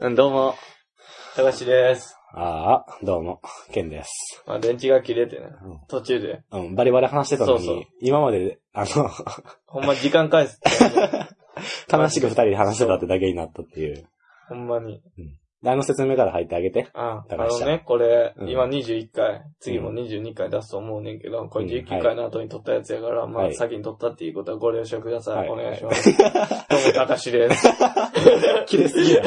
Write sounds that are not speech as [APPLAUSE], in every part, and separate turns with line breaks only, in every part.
うん、どうも。たかしです。
ああ、どうも、ケンです。
まあ、電池が切れてね
うん。
途中で。
うん、バリバリ話してたのに、
そうそう
今まで、あ
[LAUGHS]
の、
ほんま時間返
[LAUGHS]
すって。
楽しく二人で話してたってだけになったっていう。
ほんまに。
あの説明から入ってあげて。
ああ
高橋
の
さん
ね、これ、
うん
今21回、次も22回出すと思うねんけど、これ
うん
19回の後に撮ったやつやから、ま
は
あ、
い
先に撮ったっていうことはご了承くださ。
はいい
お願いし
[LAUGHS]
ます。どうも、たかしです。
切れすぎや。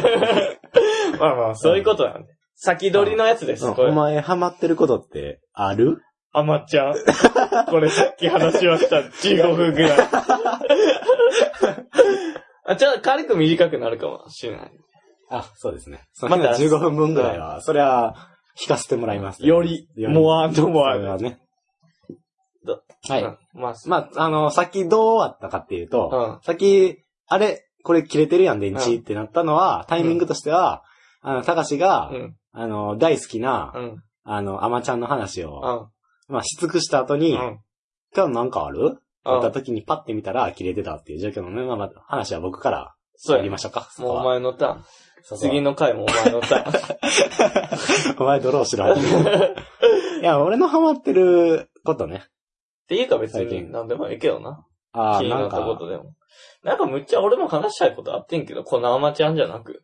[LAUGHS] まあまあ、そういうことなんで。先取りのやつです、こ
お
れ。
前ハマってることってある
あまっちゃん。これさっき話しました。15分くらい。あ、ちょ、軽く短くなるかもしれない。
あ、そうですね。そ
ま
の
た
15分分ぐらいは、それは、引かせてもらいます、
より、もわんとも
そ
わ
れ
ん。
はね。
ど
はい。
まあ、
まあ、あの、さっきどうあったかっていうと、
うん
さっき、あれ、これ切れてるやん、電池ってなったのは、タイミングとしては、あの、たかしが、
うん、
あの、大好きな、
うん、うん、
あの、アマちゃんの話を、
う
まあ、し尽くした後に、
ん。
今日なんかある
うん
あった時にパッて見たら、切れてたっていう状況のね、まあまあ、話は僕から、
そう
や
や
り。ましょうか。そ
もう
こ
お
は
前のターン。
そこは
次の回もお前のタ
[LAUGHS]
ーン。
お前ドローしろ。
[LAUGHS]
いや、俺のハマってることね。
っていうか別
最
に
近
何でもいいけどな。
ああ、
気に
な
なんったこ
か、
とでも。なんかむっちゃ俺も話したいことあってんけど、このアマちゃんじゃなく、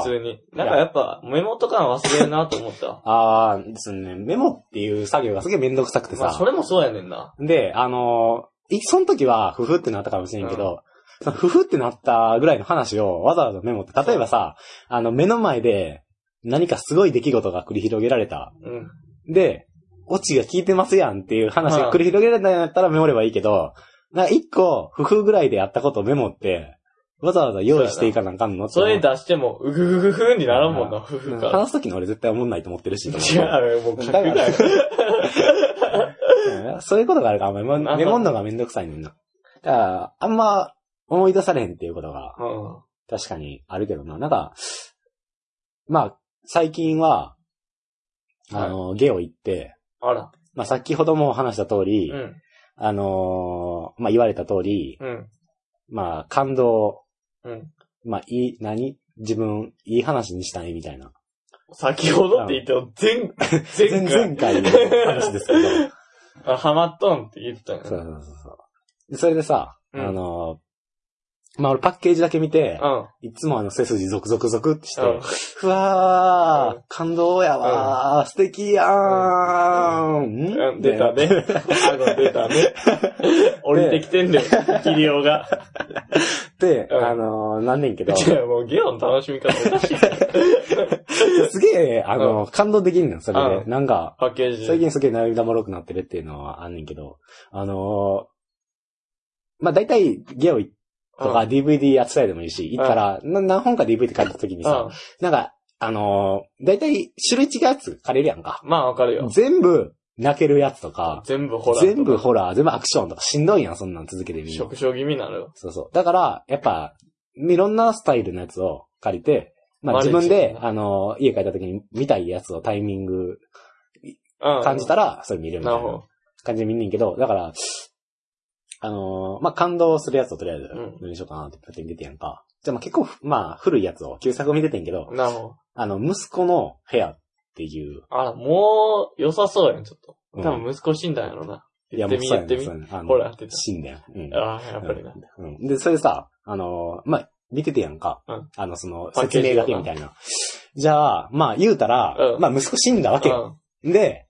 普
あ、
通に。なんかやっぱメモとか忘れるなと
[LAUGHS]
思った。
ああ、ですね、メモっていう作業がすげえめんどくさくて
まあ
さ
そ。れもそうやねんな。
で、あのー、いその時は、ふふってなったかもしれんけど、そのふふってなったぐらいの話をわざわざメモって、例えばさ、あの、目の前で何かすごい出来事が繰り広げられた。
うん。
で、オチが効いてますやんっていう話が繰り広げられたんやったらメモればいいけど、なんか一個、ふふぐらいでやったことをメモって、わざわざ用意していかなあかんのって
そ
思う
れ出しても、うぐぐぐぐにならんもんな、夫婦から。
話す時の俺絶対思んないと思ってるし。
違う、あれもう書くなよ。
だかうんそういうことがあるから、あんまり
あ
メメモんのがめんどくさいねんな。だから、あんま思い出されへんっていうことが
うん。
確かにあるけどな。なんか、まあ、最近は、あの、ゲオ行って、
あら。
まあ、先ほども話した通り、
うん。
あのーまあ、言われた通り、
うん。
まあ、感動、
うん。
まあ、いい、何自分、いい話にしたいみたいな。
先ほどって言っても、全、全
前
然
々回の話ですけど、
あ、ハマっとんって言ってたよ
そう
ね。
そうそうそう。でそれでさ、
うん
あのー、まあ、俺パッケージだけ見て、いつもあの背筋ゾクゾクゾクってして、
うん
ふわー、
うん
感動やわー、素敵やーん、
うん。うんん。出た。ね。あの、出たね。 [LAUGHS] 降りてきてんだよ、キリオが。
で、
うん
あのー、なんね
[LAUGHS]
んけど、
違う、もうゲオの楽しみ方おか [LAUGHS] しいよ。
すげえ、あのー、感動できんのよ、それで。
う
なんか、
パッケージ。
最近すげえ涙もろくなってるっていうのはあんねんけど、あのー、まあ、大体、ゲオ
うん、
とか DVD やってたりでもいいし、行ったら、な何本か DVD 借りた時にさ、
う
なんか、あのー、だいたい種類違うやつ借りるやんか。
ん。まあ、わかるよ。
全部泣けるやつとか、
全部ほら。
全部ホラー、全部アクションとかしんどいやん、そんなん続けてみる
食傷気味になるよ。
そうそう。だから、やっぱ、いろんなスタイルのやつを借りて、まあ
マル
自
チ
分で
う、ん
あのー、家帰った時に見たいやつをタイミング
うん。
感じたら、それ見るみた
ないる
な
ほ
感じで見んねんけど、だから、あのー、まあ感動するやつをとりあえず
うん、
何にしようかなって勝手に出てやんか。じゃあまあ結構、まあ古いやつを、旧作を見ててんけど
ど。、なるほど。
あの、息子の部屋っていう、
あら、もう、良さそうやん、ちょっと。
うん
多分息子死んだんやろな。
いや、
言って
もう
み、
そ
言
うや
って
ね
み
そう。やねあの
ほら、って
死んだよ。うん。
ああ、やっぱりな。
うん。で、それさ、あのー、まあ、見ててやんか。
うん
あの、その、
パッケ
説
ージ
明書きみたいな。じゃあ、まあ、言うたら、
うん
まあ、息子死んだわけよ。で、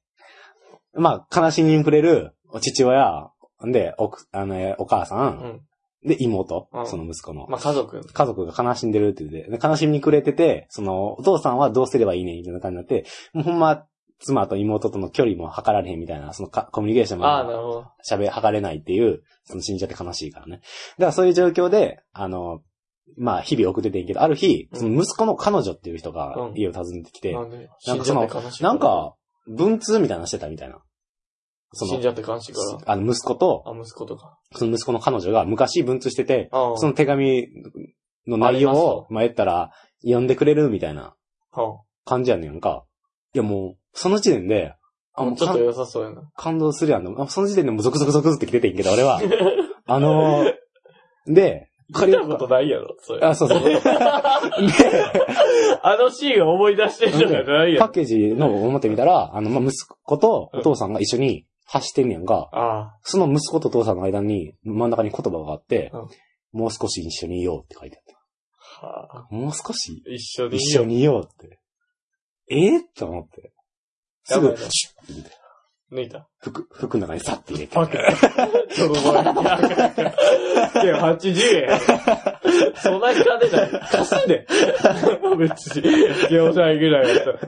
まあ、悲しみに触れる、お父親、で、おく、あの、えお母さ、
うんん。うん。
で、妹、
うん
その息子の。
まあ、家族。
家族が悲しんでるって言って、で悲しみに暮れてて、その、お父さんはどうすればいいねんみたいな感じになって、もうほんま、妻と妹との距離も測られへんみたいな、そのかコミュニケーションも
ああ、なるほど。
喋、測れないっていう、その信者って悲しいからね。だからそういう状況で、あの、まあ、日々送っててんけど、ある日、
うん
その息子の彼女っていう人
う
が
ん
家を訪ねてきて、
なんで
な
死
ん
ん
か
じ
そ
ゃ
の
って悲しい。
なん、か、文通みたいなのしてたみたいな。そ
死ん
の、
じゃって悲しいか
あの、息子と、
ら。あ、息子とか。
その息子の彼女が昔文通してて、
ああ。
その手紙の内容を、まあ、言ったら、読んでくれるみたいな
は
感じやねんか。いや、もう、その時点で、
あ、
あ、
も
も
う
う
ちょっ
か
と
ん
良さそうやな。
感動するやん。あその時点でもうゾクゾクゾクって来ててんけど、俺は、
[LAUGHS]
あのー、で、
[LAUGHS] 借りたことないやろ、それ。
あ、そうそう。で、
あのシーンを思い出してるとかじゃないや
パ
ん
ッ。ケージの表見たら、あの、まあ、息子とお父さんが一緒に走ってんねやんか、
あ
その息子とお父さんの間に真ん中に言葉があって、
うん
もう少し一緒にいようって書いてあっ
あ、はあ
た。もう少し
一緒にいい
一緒
よ。
にいようって。ええと思って。す
や
ぐ
ばい、な
シュッみたいな
抜いた。
服、服の中にサッて入れて。
パク。
[LAUGHS]
その前に。80円。
[LAUGHS]
そんなに金ない。貸しで。別に。4歳ぐらいだっ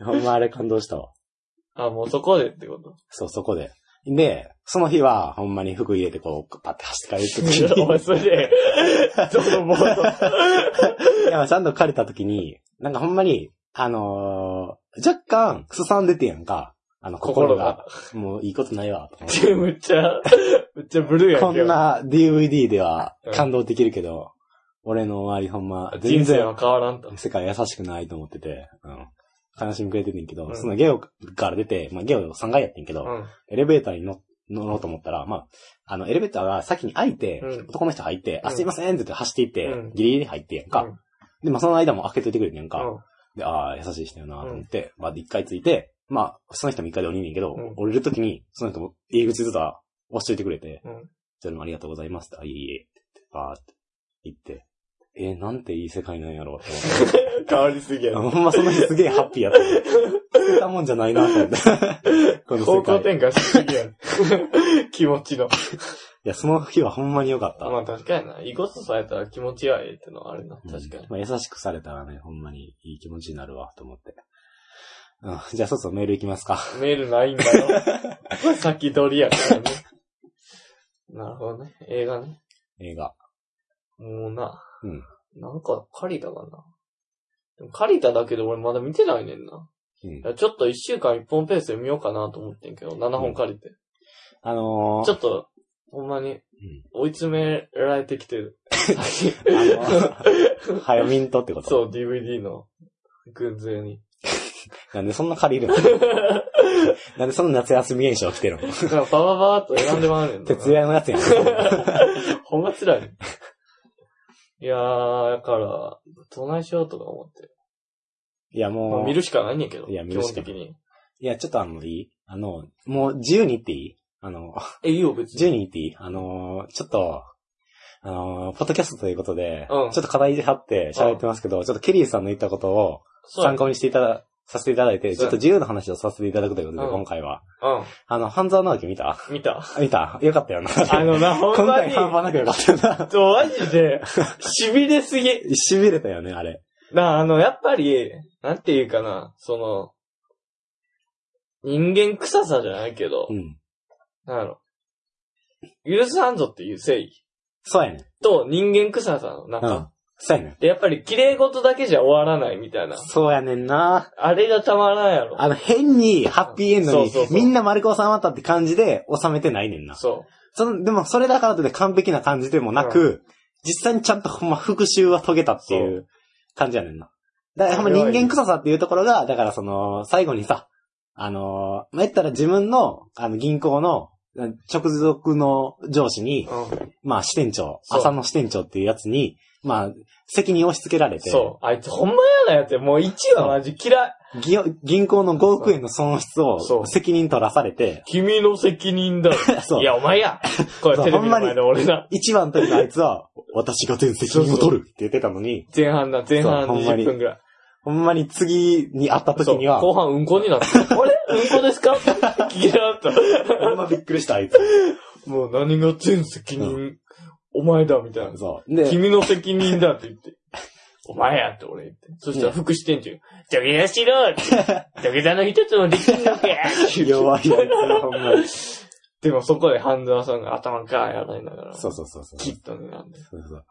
た
ほんまあれ感動したわ。
ら。あ、もうそこでって [LAUGHS] こと。
そう、そこで。で、その日は、ほんまに服入れてこう、パッて走って帰るとき
お前
に、
それで、そのボード。
いや、ちゃんと借りたときに、なんかほんまに、あのー若干、すさんでてやんか。あの、心
心
が
が、
もういいことないわ、と思って
むっちゃ、むっちゃブルーや
こん
け
な DVD では
うん
感動できるけど、俺の終わりほんま、
ど。人
全
生
然
は変わらんと。
世界優しくないと思ってて、うん。悲しみくれててんけど、
うん
そのゲオから出て、まあゲオ3階やってんけど、
うん。
エレベーターに乗乗ろうと思ったら、まあ、あの、エレベーターが先に開いて、
うん
男の人入って、
う
あ、
ん
すいませんって言って走っていって、
うん
ギリギリ入ってやんか。
うん
で、まあその間も開けといてくれてやんか。
うん
で、ああ、優しい人よなと思って、まあ、で一回ついて、まあ、その人も一回で降りんねんけど、
うん
降りるときに、その人も入り口ずつは押しといてくれて、
うん
じゃあでもありがとうございますって、あ、いえいえ、って、バーって言って、えーなんていい世界なんやろうと
[LAUGHS]
思って。
変わりすぎやろ。
ほんまその日すげえハッピー
[LAUGHS]
やった。捨てたもんじゃないなと思って。この
方
世
向
界。い
転換しすぎや [LAUGHS] ろ。気持ちの。
や、その日はほんまに良かった。
まあ確かにな。いいことされたら気持ちはええってのはあるな。確かに
うん。まあ、優しくされたらね、ほんまにいい気持ちになるわ、と思って。うん、じゃあ、そろそろメールいきますか。 [LAUGHS]
メールないんだよ。これ先取りやからね。 [LAUGHS] なるほどね。映画ね。
映画。
もうな。
うん
なんか、借りたかな。でも借りただけで俺まだ見てないねんな。
うん
い。やちょっと一週間一本ペースで見ようかなと思ってんけど、7本借りて。
あのー、
ちょっと、ほんまに、追い詰められてきてる。最近
あの、早ミントってこ
[LAUGHS]
と
そう、DVD の軍勢に。
なんでそんな借
[LAUGHS]
りるのなんでそんな夏休み現象起きてるの
だからバババーっと選んでまうねんな。
徹夜のやつやん。
[LAUGHS] ほんま辛い。いやー、だから、どないしようとか思って。
いや、
ま
も
あ、
う、
見るしかないんやけど、
いや見
基
るし
本
か
的
ない
に。
いや、ちょっとあの、いいあの、もう自由に言っていいあの、 [LAUGHS]
え、いいよ、別
自
に。
由に言っていいあの、ちょっと、あの、ポッドキャストということで、
うん
ちょっと課題張って喋ってますけど、ちょっとケリーさんの言ったことを
そうや
参考にしていただ、させていただいて、
そう
ちょっと自由な話をさせていただくということで、
うん
今回は。
う
あの、半沢直樹見た [LAUGHS]
ん、見た。
あ見たよかったよな。
あの [LAUGHS] な、ほん
[LAUGHS] 今
ま
回
に、
半端なくよかったよな。
とマジで、痺れすぎ。
痺れたよね、あれ。
な、あの、やっぱり、なんていうかな、その、人間臭さじゃないけど
う、ん。
なんやろ。許さんぞっていう正義
そうやね。
と人間臭さの
う
中。
ん。そうやね。
で、やっぱり綺麗事だけじゃ終わらないみたいな。
そうやねんな。
あれがたまらんやろ。
あの、変にハッピーエンドに
そうそう、そう
みんな丸く収まったって感じで収めてないねんな。
そ
その、でもそれだからといって完璧な感じでもなく、実際にちゃんとほんま復讐は遂げたっていう感じやねんな。だからほんま人間臭さっていうところが、だからその、最後にさ、あのー、まあ、言ったら自分の、あの、銀行の、直属の上司に
う。、うん。
まあ、支店長、
そう
浅野支店長っていうやつに、まあ、責任を押し付けられて、
そう。あいつほんま嫌なやつや。もう1話マジ嫌い。
ぎ銀行の5億円の損失
そ
を
う
責任取らされて、
君の責任だ。
[LAUGHS] そ
[LAUGHS]
う
いや、お前
[LAUGHS]
や。これ
そう
テレビの前で俺な。
一番というあいつは、私が全責任を取るって言ってたのに、
前半だ、前半
そうほんまに
20分ぐらい。
ほんまに次に会った時には、
そう後半うんこになってる。
[LAUGHS]
あれうんこですかって [LAUGHS] 聞きなかっ
ほんまびっくりした、あいつ。
た。もう何が全責
う
任、お前だ、みたいな。
そう。で、
君の責任だって言
[LAUGHS]
って。お前やって俺言って。そしたら副支店長、土下座しろって土下座の一つもできんのかって言って
弱いやつだほんまに。
[LAUGHS] でもそこで半沢さんが頭ガーやられながら、
そうそうそうそう。
キッとねなんで。
そうそう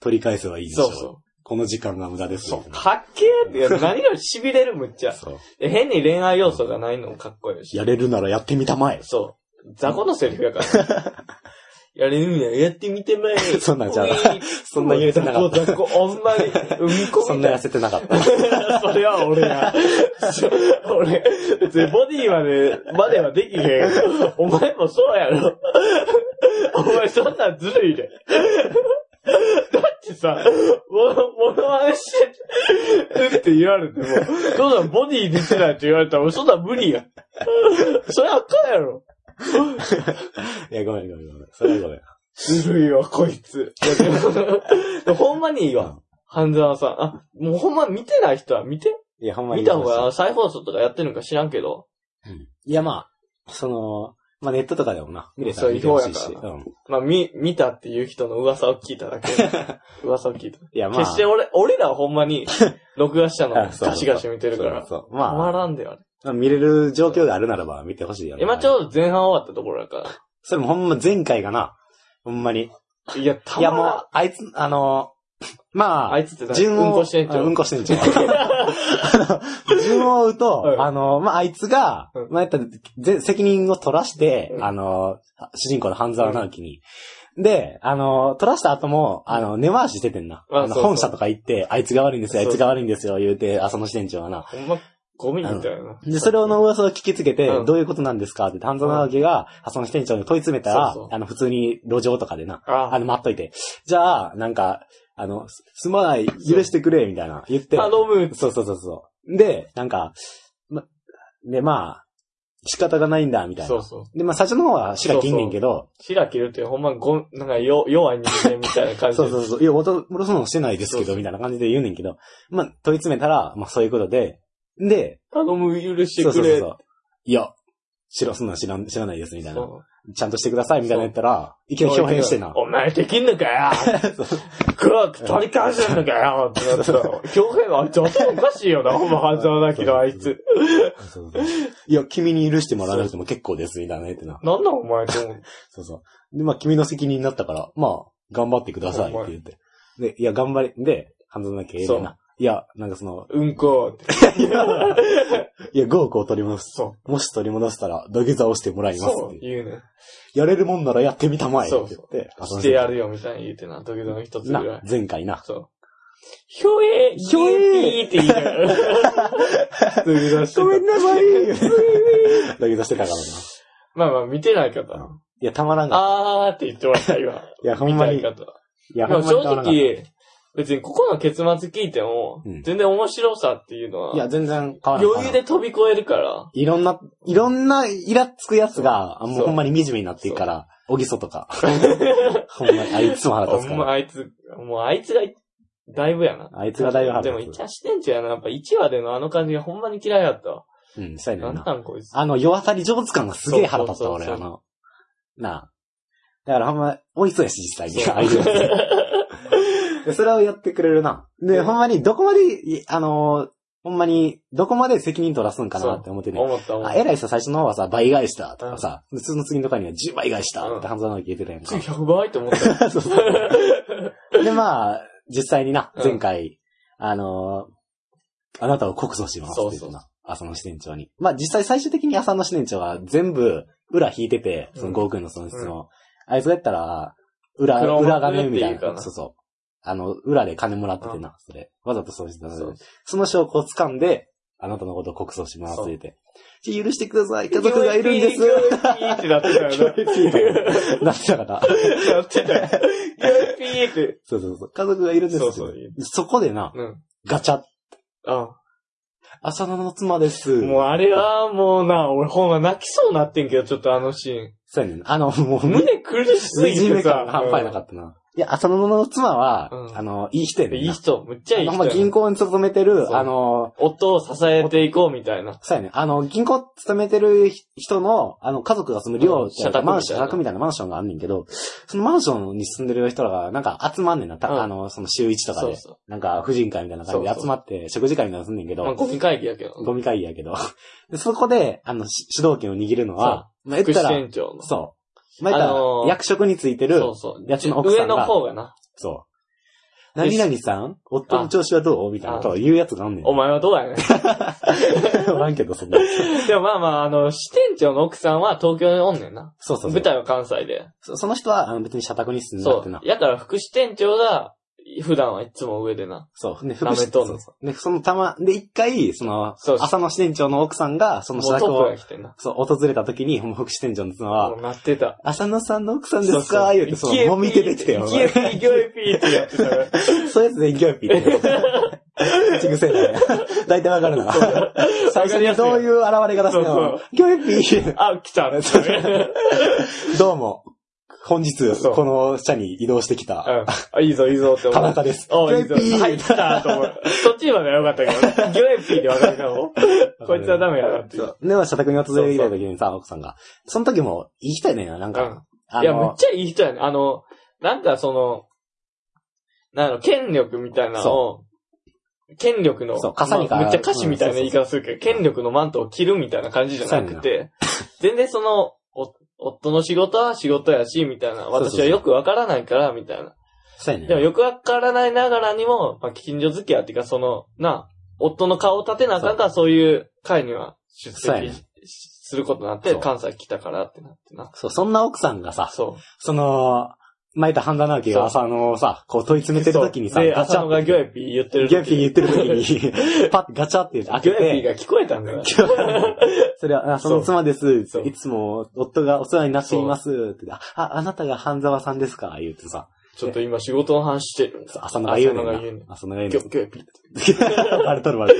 取り返せばいいでしょ。
そううそ
この時間が無駄で
う。
す。
そう。かっけーってやつ、何より痺れるむっちゃ。
そう
え変に恋愛要素がないのもかっこいいし。
やれるならやってみたまえ。
そう。雑魚のセリフやから。
[LAUGHS]
やれるんや、やってみてまえ。
そんなんちゃう
うい
そんな言えてなかった
雑魚、雑魚、ほんまに。うんこ
そん
み
な
たい
痩
な。
せてなか [LAUGHS] った。
それは俺や。俺、別にボディまで、まではできへん。お前もそうやろ。お前そんなんずるいで。だってしさ、も、ものまねして、って言われても、そんなんボディ出てないって言われたら、そんなん無理や。それあかんやろ。
いや、ごめんごめんごめん。それはごめん。
ずるいわ、こいつ。いやでも [LAUGHS] でもほんまにいいわ。半沢さん。あ、もうほんま見てない人は見て。
いや、ほんまに。
見た方が再放送とかやってるのか知らんけど。
いや、まあ、その、まあネットとかでもな、見れた
そ
ら
う
見てほしい
違
し。
法やか
うん。
まあ、見、見たっていう人の噂を聞いた
[LAUGHS]
だけ。噂を聞いた。
いや、まあ。
決して俺、俺らはほんま
[LAUGHS]
に、録画したの
あそうそうそう
ガシガシ見てるから。
そうそう
たま
ま
らんではね。
あ、見れる状況があるならば見てほしいよね。
今ちょうど前半終わったところだか
それもほんま前回がな、ほんまに。
ら。いや、た
いや
ま
も
らん
う。、あいつ、あの、ま
あ
あ、
いつって何
順
うん
を、
こしてんちゃ
あうん
ん。
こしてんちゃうあの順を追う
う
と、
ん
あの、まあ、あいつが
う、ん
まあ、やったらぜ責任を取らして
う、ん
あの、主人公の半沢直樹に。で、あの、取らした後も、あの、根回ししててんな。
あ
あの
そうそう
本社とか行って、あいつが悪いんですよ、あい
そう
つが悪いんですよ、言うて、朝の支店長はな。
[LAUGHS] ほんま、ゴミみたいな。
で、それをの噂を聞きつけて、
うん
どういうことなんですかって、半沢直樹が、朝の支店長に問い詰めたら、
そうそう
あの、普通に路上とかでな、あ
あ、
の、待っといて。じゃあ、なんか、あの、すすまない、許してくれ、みたいな、言って。
頼む。
そうそうそうそう。で、なんか、ま、で、まあ、仕方がないんだ、みたい
そ
な
う。そう。
で、まあ、最初の方は死が切んねんけど、
白切るってほんまご、なんかよ弱い人間みたいな感じ。
そうそうそう、いや、戻戻すのしてないですけ
そうそ
ど、みたいな感じで言うねんけど、まあ、問い詰めたら、まあ、そういうことで、で、
頼む、許して
そうそ
く
うそう
れ。
そう。いや、知ら、そんなん知らん、知らないです、みたいな。
そう
ちゃんとしてください、みたいな言ったら、いきなり表現してんな。
お前できんのかよ黒く取り返せんのかよってなったら、表現はちょっとおかしいよな、ほんま半沢だけど、あいつ。
そうそういや、君に許してもらわなくても結構です、みたいなねってな。
なんなんお前って思う。
そうそう。で、まあ、君の責任になったから、まあ、頑張ってくださいって言って。で、いや、頑張れ、で、半沢直樹が言うねん
そ
な。いや、なんかその、 [LAUGHS]
うんこって。
いや、5億を取り戻す。
そ
もし取り戻したら、土下座をしてもら
う。
います
そ
っ
う
て。
言うね。
やれるもんならやってみたまえって
そ
言っ
う
て
そ。
あその
してやるよみたいに言うてな、時々の一つぐ
な
らい、。
前回な。
そう。ひょえー
ひょえ
ーって言いなが [LAUGHS] ら。飛び出してた
なさい土下座してたからな。
[LAUGHS] まあまあ見てない
うん
方。
いや、たまらんか
[LAUGHS]
っ
あーって言ってもらった今。
た。い [LAUGHS] や、ほん
見
ま
た
に。
い
い
方。
や、
で
ほ
も
んまにた
正
まらんかった。
直、別にここの結末聞いても
うん、
全然面白さっていうの
いや、
は、
全然変わらん。
余裕で飛び越えるから、
いろんな、いろんなイラつくやつが、あも
そう
うほんまに惨めになっていくから、おぎそとか。 [LAUGHS] ほんまに、あいつも腹
あ
立つ
も
か
う
ら。
あいつ、もうあいつが、だいぶやな。
あいつがだいぶ腹
で
立
も、
つ
一。話してんちゃうやな。やっぱ1話でのあの感じがほんまに嫌いだったわ。
うん、そうや
な
ね
ん
んな。
なんこいつ。
あの、弱さり上手感がすげえ腹立っ
そ
た、
うそう
俺、
そう
あの。なあ。だからほんま、おいそうやし、実際に。
そう
[LAUGHS] あいつでそれをやってくれるな。で、ほんまに、どこまで、いあのー、ほんまに、どこまで責任取らすんかなって思ってね。
思った思っ
あ、
た。
偉いさ、最初の方はさ、倍返したとかさ、普通の次の回には10倍返したって半沢直樹言ってたやんか
次。100倍って思ったよ。
[LAUGHS] そうそう。で、まあ、実際にな、
うん
前回、あのーあなたを告訴しますって言
そう
って
そう
な。浅野支店長に。まあ実際最終的に浅野支店長は全部裏引いてて、その5億円の損失の。あいつがやったら、裏、
黒幕
裏金みたい
っていうか
な。
な
そうそう。あの、裏で金もらっててな、それ。わざとそうしてた
そう
ので。その証拠を掴んで、あなたのことを告訴しますって言って。ちょ許してください、家族がいる
[LAUGHS]
んです。
ギョ
[LAUGHS]
イピーってなってたよな。ギ
なってなかった。
なってたよ。ギョイピーって。
そうそうそう。家族がいるんですって
そうそう
そこでな、
うん。
ガチャ
あ、
浅野の妻です。
もうあれはもうな、俺ほんま泣きそうなってんけど、ちょっとあのシーン。
そうやねんな。あの、もう、
胸苦しすぎ
惨
て
め
さ
感。半端なかったな。いや、浅野の妻は、
うん
あの、いい人やねん
いい
な。
人、むっちゃいい
ほんま
人や
銀
な。
行に勤めて
そう
る、あの、
夫を支えていこうみたいな。
そうやねん。あの、銀行勤めてる人の、あの、家族が住む
う
寮
ん社宅みたいな
マンション、社宅みたいなマンションがあんねんけど、そのマンションに住んでる人らが、なんか集まんねんな。た
うん
あの、その週一とか
そう
で、
そ
なんか、婦人会みたいな感じ
そう
で
そう
集まって、食事会みたいなのすんねんけ
う。
ど、
まあ、ゴミ会議やけど。
ゴミ会議やけど。でそこで、あの、し主導権を握るのは、まあ、言
副
った
支
ら、
店長の。
そう。まあ、言ったら
あのー
役職についてる、
そうそう。
やつの奥さんが
上の方がな。
そう。何々さん夫の調子はどうみたいなことを言うやつがあんねん。
お前はどうやねん。
[LAUGHS] おらんけど、そんな。
でもまあまあ、あの、支店長の奥さんは東京におんねんな。
そうそうそう
舞台は関西で。
そ。その人は、あの、別に社宅に住んだ
そ
ってな
う。。やから副支店長が普段はいつも上でな。
そう。ね、
舐めとんの
そうで、そのたま、で、一回、その
そう、そう
浅野支店長の奥さんが、そ
も
の
う
社
ト
宅
ップが
を、
来てんな。
そう、訪れた時に、もう副支店長の妻は
も、うなってた。
浅野さんの奥さんですか言うて、そう、もみ手出てたよ。
キエピー、キエピーってやってたから。。
[LAUGHS] そういうやつ全員ギョイピーって言う。口癖だね。大体わかるな。最初にどういうう現れ方してん
そう
のギョイピー
あ、来た。うん。
そう [LAUGHS] どうも、本日、
そう
この社に移動してきた、
あ、いいぞ、いいぞって思
田
う。
中です。
おいいぞ。
ギョイピー
入ったと思う。そっちまではよかったけど、ギョエピーでわかるかも。こいつはダメやなっていう。
で、まあ、社宅に訪れた時にさ、奥さんが。その時も、いい人やねんな、なん
うん
か。あ
いや、めっ
の、
ちゃいい人やね。あの、なんかその、なんだろう、権力みたいなのを、権力の、
そう傘に
まあ
か
めっちゃ歌詞みたいな
うんそ
言
う
い
そ
方するけど、権力のマントを着るみたいな感じじゃなくて、全然その、お夫の仕事は仕事やし、みたいな。
そうそうそう
私はよくわからないから、みたいな。
そうやねん
でもよくわからないながらにも、まあ、近所付き合いっていうか、その、な、夫の顔を立てなあかんから、そういう会には出
そうやね
席しすることになって、
そう
関西来たからってなってな。
そう、そんな奥さんがさ、
そう。
その、前田半田直樹が
そ
浅野をさ、こう問い詰めてる時にさ、
そうで、浅野がギョエ
エ
ピー言ってる
ギョエピー言ってる時
[LAUGHS]
に、パッガチャって開
ギ
け
ョエピーが
て、
聞こえたんだよ。
それは、あその妻です
そう。
いつも夫がお世話になっています。ってあ、ああなたが半沢さんですか言うてさ、
ちょっと今仕事の話してるん
そう
だ。
浅野が言うねん
浅野が言うねん
な。浅野が言う
ギ
ね [LAUGHS]
ョ、ギョエピーって。
ん。バレとるバ
[LAUGHS]
レ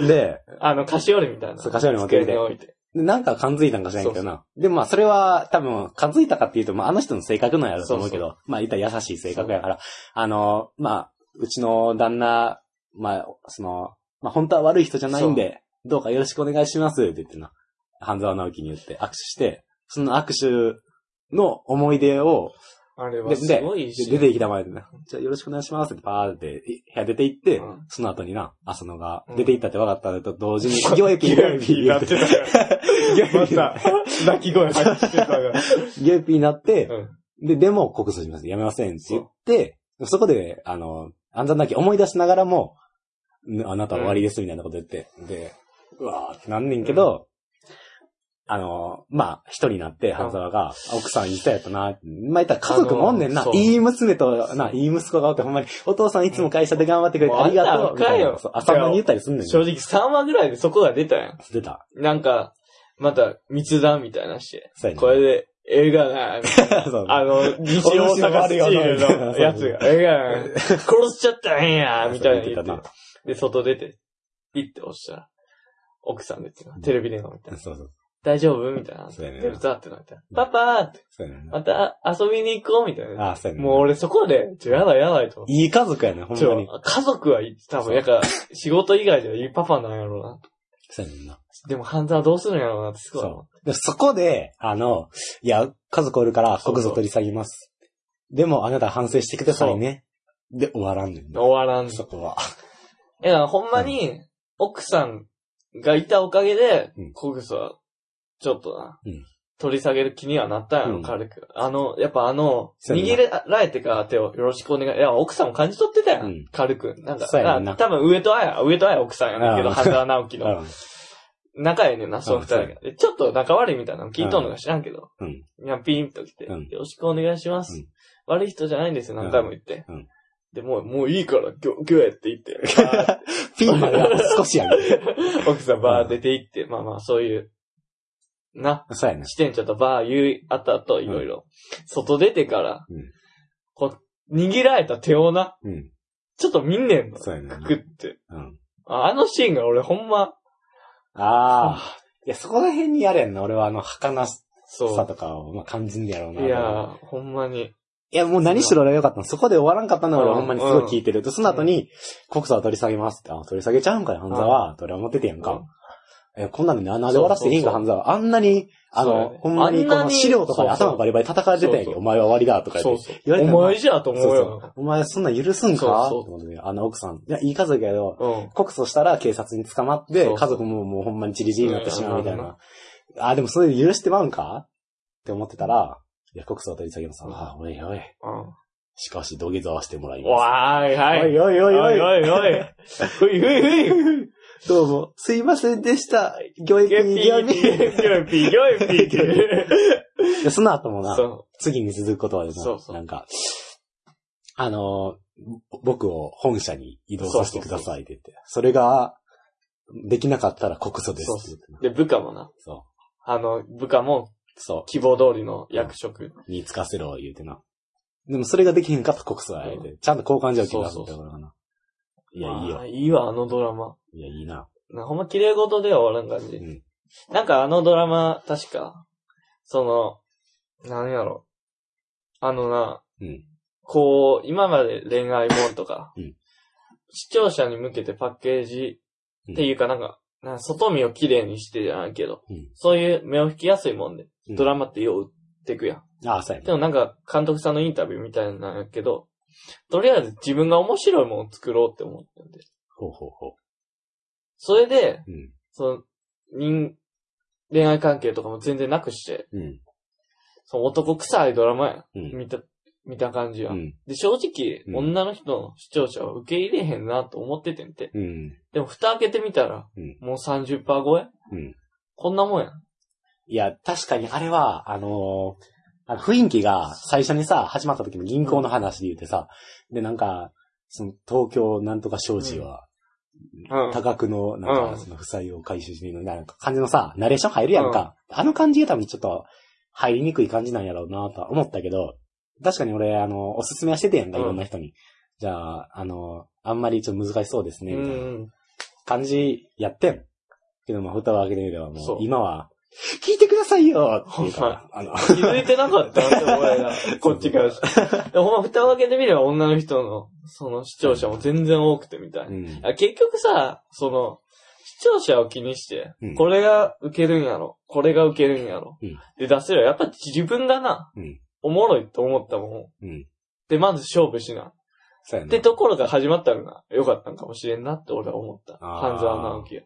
とる。で、
あの、菓子折りみたいな。
そう菓子折り持ってきて
机に置いて。
でなんか感づいたんか知らんけどな。でもまあそれは多分感づいたかっていうと、まああの人の性格なんやろうと思うけど、まあ言ったら優しい性格やから、あの、まあ、うちの旦那、まあ、その、まあ本当は悪い人じゃないんで、どうかよろしくお願いしますって言ってな。半沢直樹に言って握手して、その握手の思い出を、
あれは
ですで
ごいし。
で出てきた前でな、じゃあよろしくお願いしますってパーって部屋出て行って、
うん
その後にな、浅野が
うん
出て行ったって分かったと同時に、ギョエピ
ギ
ー、ギ
ョ [LAUGHS]
ョ
エ
エ
ピ
ピ
ーに
ー
なってたから。
ギョエピ [LAUGHS]
また、
ー
泣き声発してたから。
ゲーピーになって、
[LAUGHS] うん
で、でも告訴します。やめませんって言って、そこで、あの、暗算なき思い出しながらも、んあなたは終わりですみたいなこと言って、で、うわーってなんねんけど、あの、まあ、一人になって、半沢が、奥さんいたやったな、まあ、言ったら家族もおんねん
あの、
な
そう
いい娘と、な、いい息子がおって、ほんまに、お父さんいつも会社で頑張ってくれてありがとう、
うん
みたい
もうあんたあかんよ
な。そう朝間に言ったりすんねん。
正直3話ぐらいでそこが出たやん。
出た。
なんか、また密談みたいなして。
そうやねん
これで、映画だみたいな。
[LAUGHS] そう
あの、西大阪スチールのやつが、ええ [LAUGHS] やん、殺しちゃったんやみたいな
そう言っ
言
てた
っ
な
て。で、外出て、ピッて押したら、奥さんですよ。テレビ電話みたいな。
そうそう。
大丈夫みたいな。
そうやねん
で、ザってなったらパパーって、
そうやねんな。
また遊びに行こうみたいな。
あ、そうやねんな
もう俺そこで、ちょ、やばいやばいと。
いい家族やね、ほん
ち
ま
ょ
に。、
家族はいい多分、やから、仕事以外じゃいいパパなんやろうな。
そうやねんな。
でも、ハンザーどうするんやろうなってすごい思う。
そう。で、そこで、あの、いや、家族おるから、
そうそう
告訴取り下げます。でも、あなた反省してくださいね。で、終わらんねんな。
終わらんぞ
そこは。
いや、ほんまに、奥さんがいたおかげで
うん、
コグスは、ちょっとな、
うん
取り下げる気にはなったんやろ、
うん
軽く。あの、やっぱあの、
そうやな
握られてから手をよろしくお願い。いや、奥さんも感じ取ってたやん、
うん
軽く。なんか、
そうやねんな
あ多分上戸彩、上戸彩奥さんやねんけど、
うん
半沢直樹
[LAUGHS] う
の。
ん。
仲ええねんな、その二人が
うんそ。
でちょっと仲悪いみたいなの聞いとんのか知らんけど、
うん。
いや、ピンと来て、
うん
よろしくお願いします。
うん
悪い人じゃないんですよ、何回も言って。
うんうん
で、もう、もういいから、ギョ、ギョやって言って。あー
ピンまでは少しやね。
[LAUGHS] 奥さんバー出て行って、まあまあそういう、な、
そうやね。
支店長とバー言いあった後、いろいろ。外出てから、
うん
こう、握られた手をな、
うん。
ちょっと見んねんの。
そうやねんな
くくって。
うん。
ああのシーンが俺ほんま、
ああ。いや、そこら辺にやれんの。俺は、あの、儚さ
そ
とかを、まあ、感じんねやろう
う。
な。
いやー、ほんまに。
いや、もう何しろ俺は良かったの。そこで終わらんかったのは
うん
俺ほんまにすごい聞いてる。でその後に、告訴は取り下げますって。あ、取り下げちゃうんかい、半沢は。と俺は思っててやんか。え、こんなのにな、なぜ終わらせていいん
そ
か、
う
半沢。あんなに、あ
そうや
の、
ね
ほんまにこ
あんな
の
に
資料とかで
そうそう
頭バリバリ叩かれてたやん
そう
け。
そう
お前は終わりだとか
そ
言
う
って。
そう。
言われたよな
お前じゃと思うよ
お前そんなん許すんか
そう
ってことであの奥さん。いや、いい家族やけど、
な。うん。
告訴したら警察に捕まっ
そ
て
う、
家族ももうほんまにチリジリになってしまうみたい
うん
な。あ、でもそれで許してまうんかって思ってたら、いや、告訴を取り下げます。
うん
あ、おいおい。
う
しかし土下座はしてもらい
ん。
ます。
わーい、はい。
おいおいおいおい。
おいおい。ふいふいふい。
[LAUGHS] どうも、すいませんでした。ギョエ
ギョ
ピー、ギョエ
[LAUGHS] イピー、
ピ
ギョイピー、ギョ
[LAUGHS]
イピー。
ー。その後もな、
そう。
次に続くことはです
そうそう
ね、なんか、あの、ぼ僕を本社に移動させてくださいって言って。それが、できなかったら告訴ですって言ってな
で、部下もな。
そ
あの、部下も
う。そ
希望通りの役職。
う。につかせろ、言うてな。でもそれができへんかったら告訴や、言うて。ちゃんと交換条件があるんだからな。いや、いい
あ
よ
ー。いいわ、あのドラマ。
いや、いいな。
なほんま綺麗事では終わらん感
う
じ。
ん。
なんかあのドラマ、確か、その、なんやろ。あのな、
うん
こう、今まで恋愛もんとか、
うん
視聴者に向けてパッケージっていうかなんか、なんか外見を綺麗にしてじゃないけど、
うん
そういう目を引きやすいもんで、
うん
ドラマってよう売ってくやん。
ああ、そうや
で
ね。
もなんか、監督さんのインタビューみたいなんやけど、とりあえず自分が面白いものを作ろうって思ってんで。
ほうほうほう。
それで、
うん。
その、人、恋愛関係とかも全然なくして、
うん。
その男臭いドラマや。
うん。
見た、見た感じは。
うん。
で、正直、
うん
女の人の視聴者は受け入れへんなと思っててんて。
うん。
でも、蓋開けてみたら、
うん
もう30%超え
うん
こんなもんやん。
いや、確かにあれは、あのーあの雰囲気が最初にさ、始まった時の銀行の話で言ってさ、で、なんか、その東京なんとか商事は、
うん
多額の、なん
う
か、
ん
その負債を回収しにのなんか感じのさ、ナレーション入るやんか。あの感じが多分ちょっと入りにくい感じなんやろうなとは思ったけど、確かに俺、あの、おすすめはしててやんか、いろんな人に。じゃあ、あの、あんまりちょっと難しそうですね、
う。
みたいなん感じやってん。けど、まあ、蓋を開けてみればも
そう
う、今は、聞いてくださいよっていうから、あの、
気づいてなかったなって思いなが
[LAUGHS]
らこっちからして。でもほんま、蓋を開けてみれば女の人の、その視聴者も全然多くてみたいな
う。ん。
あ結局さ、その、視聴者を気にして、
うん
これが受けるんやろ、これが受けるんやろ、
うん
で出せるやっぱ自分がな、
うん
おもろいと思ったもん。
うん
で、まず勝負しな。
そうや
って
ね。
ところが始まったのが良かったんかもしれんなって俺は思った。
あー
半沢直樹が。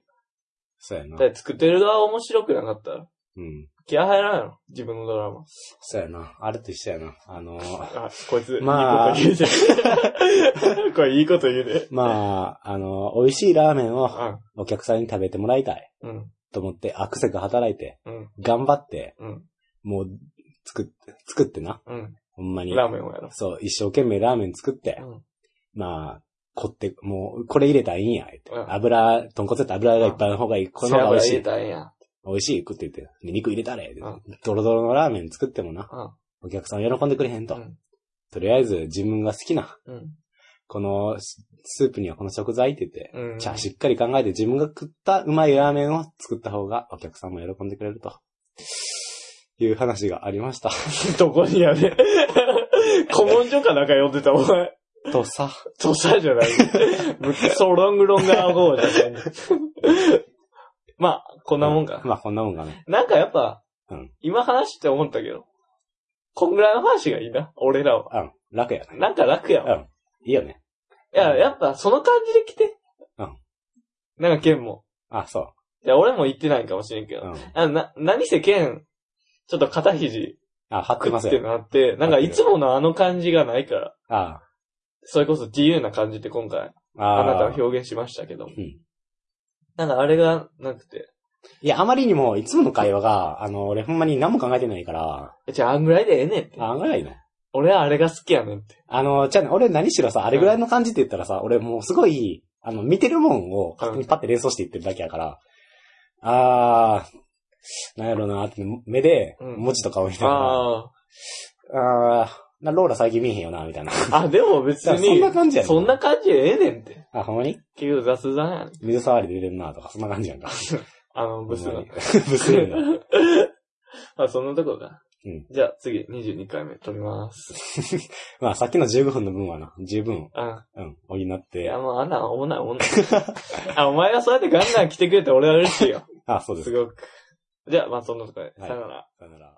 そうやな
だか。ら作ってる側面白くなかったら、
うん。
気合入らんやろ、自分のドラマ。
そうやな。あれと一緒やな。あの、
あ、こいつ、
まあ
いいこと言うじゃん。 [LAUGHS] これいいこと言うね。
まあ、あの、美味しいラーメンを
あ
お客さんに食べてもらいたい
うん、
と思って、アクセク働いて、
うん、
頑張って、
うん、
もう、作って、作ってな。
うん。
ほんまに。
ラーメンをやろ。
そう、一生懸命ラーメン作って、
うん
まあ、凝って、もう、これ入れたらいいんや、って。
うん
油、豚骨だったら油がいっぱいの方がいい。この
背
方が美
脂
味し
入
い
れ。たらええやん。
美味しい食って言って、で肉入れたれ、
ん
ドロドロのラーメン作ってもな、
うん
お客さん喜んでくれへんと。
うん
とりあえず自分が好きな、
うん。
このススープにはこの食材って言って、
うん。
じゃあしっかり考えて自分が食ったうまいラーメンを作った方がお客さんも喜んでくれると。いう話があり
[LAUGHS]
ました。
どこにやね。 [LAUGHS] 古文書かなんか読んでた、お前。
とさ、
土佐じゃない。ソロングロンガーゴーじゃない。まあ、こんなもんか。
まあこんなもんがね。
なんかやっぱ、
うん
今話して思ったけど、こんぐらいの話がいいな、俺らは。
うん。楽やね。
なんか楽や
う
わ。
ん。いいよね。
いや、やっぱその感じで来て。
うん。
なんかケンも。
あ、そ
いや、俺も言ってないかもしれんけ
う。
ど。
うん。
あな、何せケン、ちょっと肩肘
あ、張って
く
ま
っ
す
て
よ。
なって、なんかいつものあの感じがないから。
あ
それこそ自由な感じで今回、
あ。あ
あなたは
表
表現しましたけども。
うん
なんかあれがなくて。
いや、あまりにも、いつもの会話が、あの、俺ほんまに何も考えてないから、
えじゃあ、あんぐらいでええねんって。
あ、ぐらいの。
俺はあれが好きやねんって。
あの、じゃあね、俺何しろさ、あれぐらいの感じって言ったらさ、俺もうすごい、あの、見てるもんを勝手にパッて連想していってるだけやから、あー、なんやろうなって、目で、
うん
文字とかを見ながら、
あ
あー、な、ローラ最近見えへんよな、みたいな。
あ。あ、でも別
そん
に
な、感じやね
そんな感じでええねんって。
あ、ほんまに
結局雑談やねん。
水触り出てるな、とか、そんな感じやんか。
あの、ブス
ほんま
が
に。。ブスやな。
あ、そんなとこか。
うん
じゃあ次、22回目撮ります。
まあ、さっきの15分の分はな、十分、
あ、
うん、補っ
い
て
や、、もうあんなん、おもんないおもんない。 [LAUGHS] あ、お前がそうやってガンガン来てくれて俺は嬉しいよ。
あ、そうですす。
ごく。じゃあ、まあそんなとこで。さよなら。
さよなら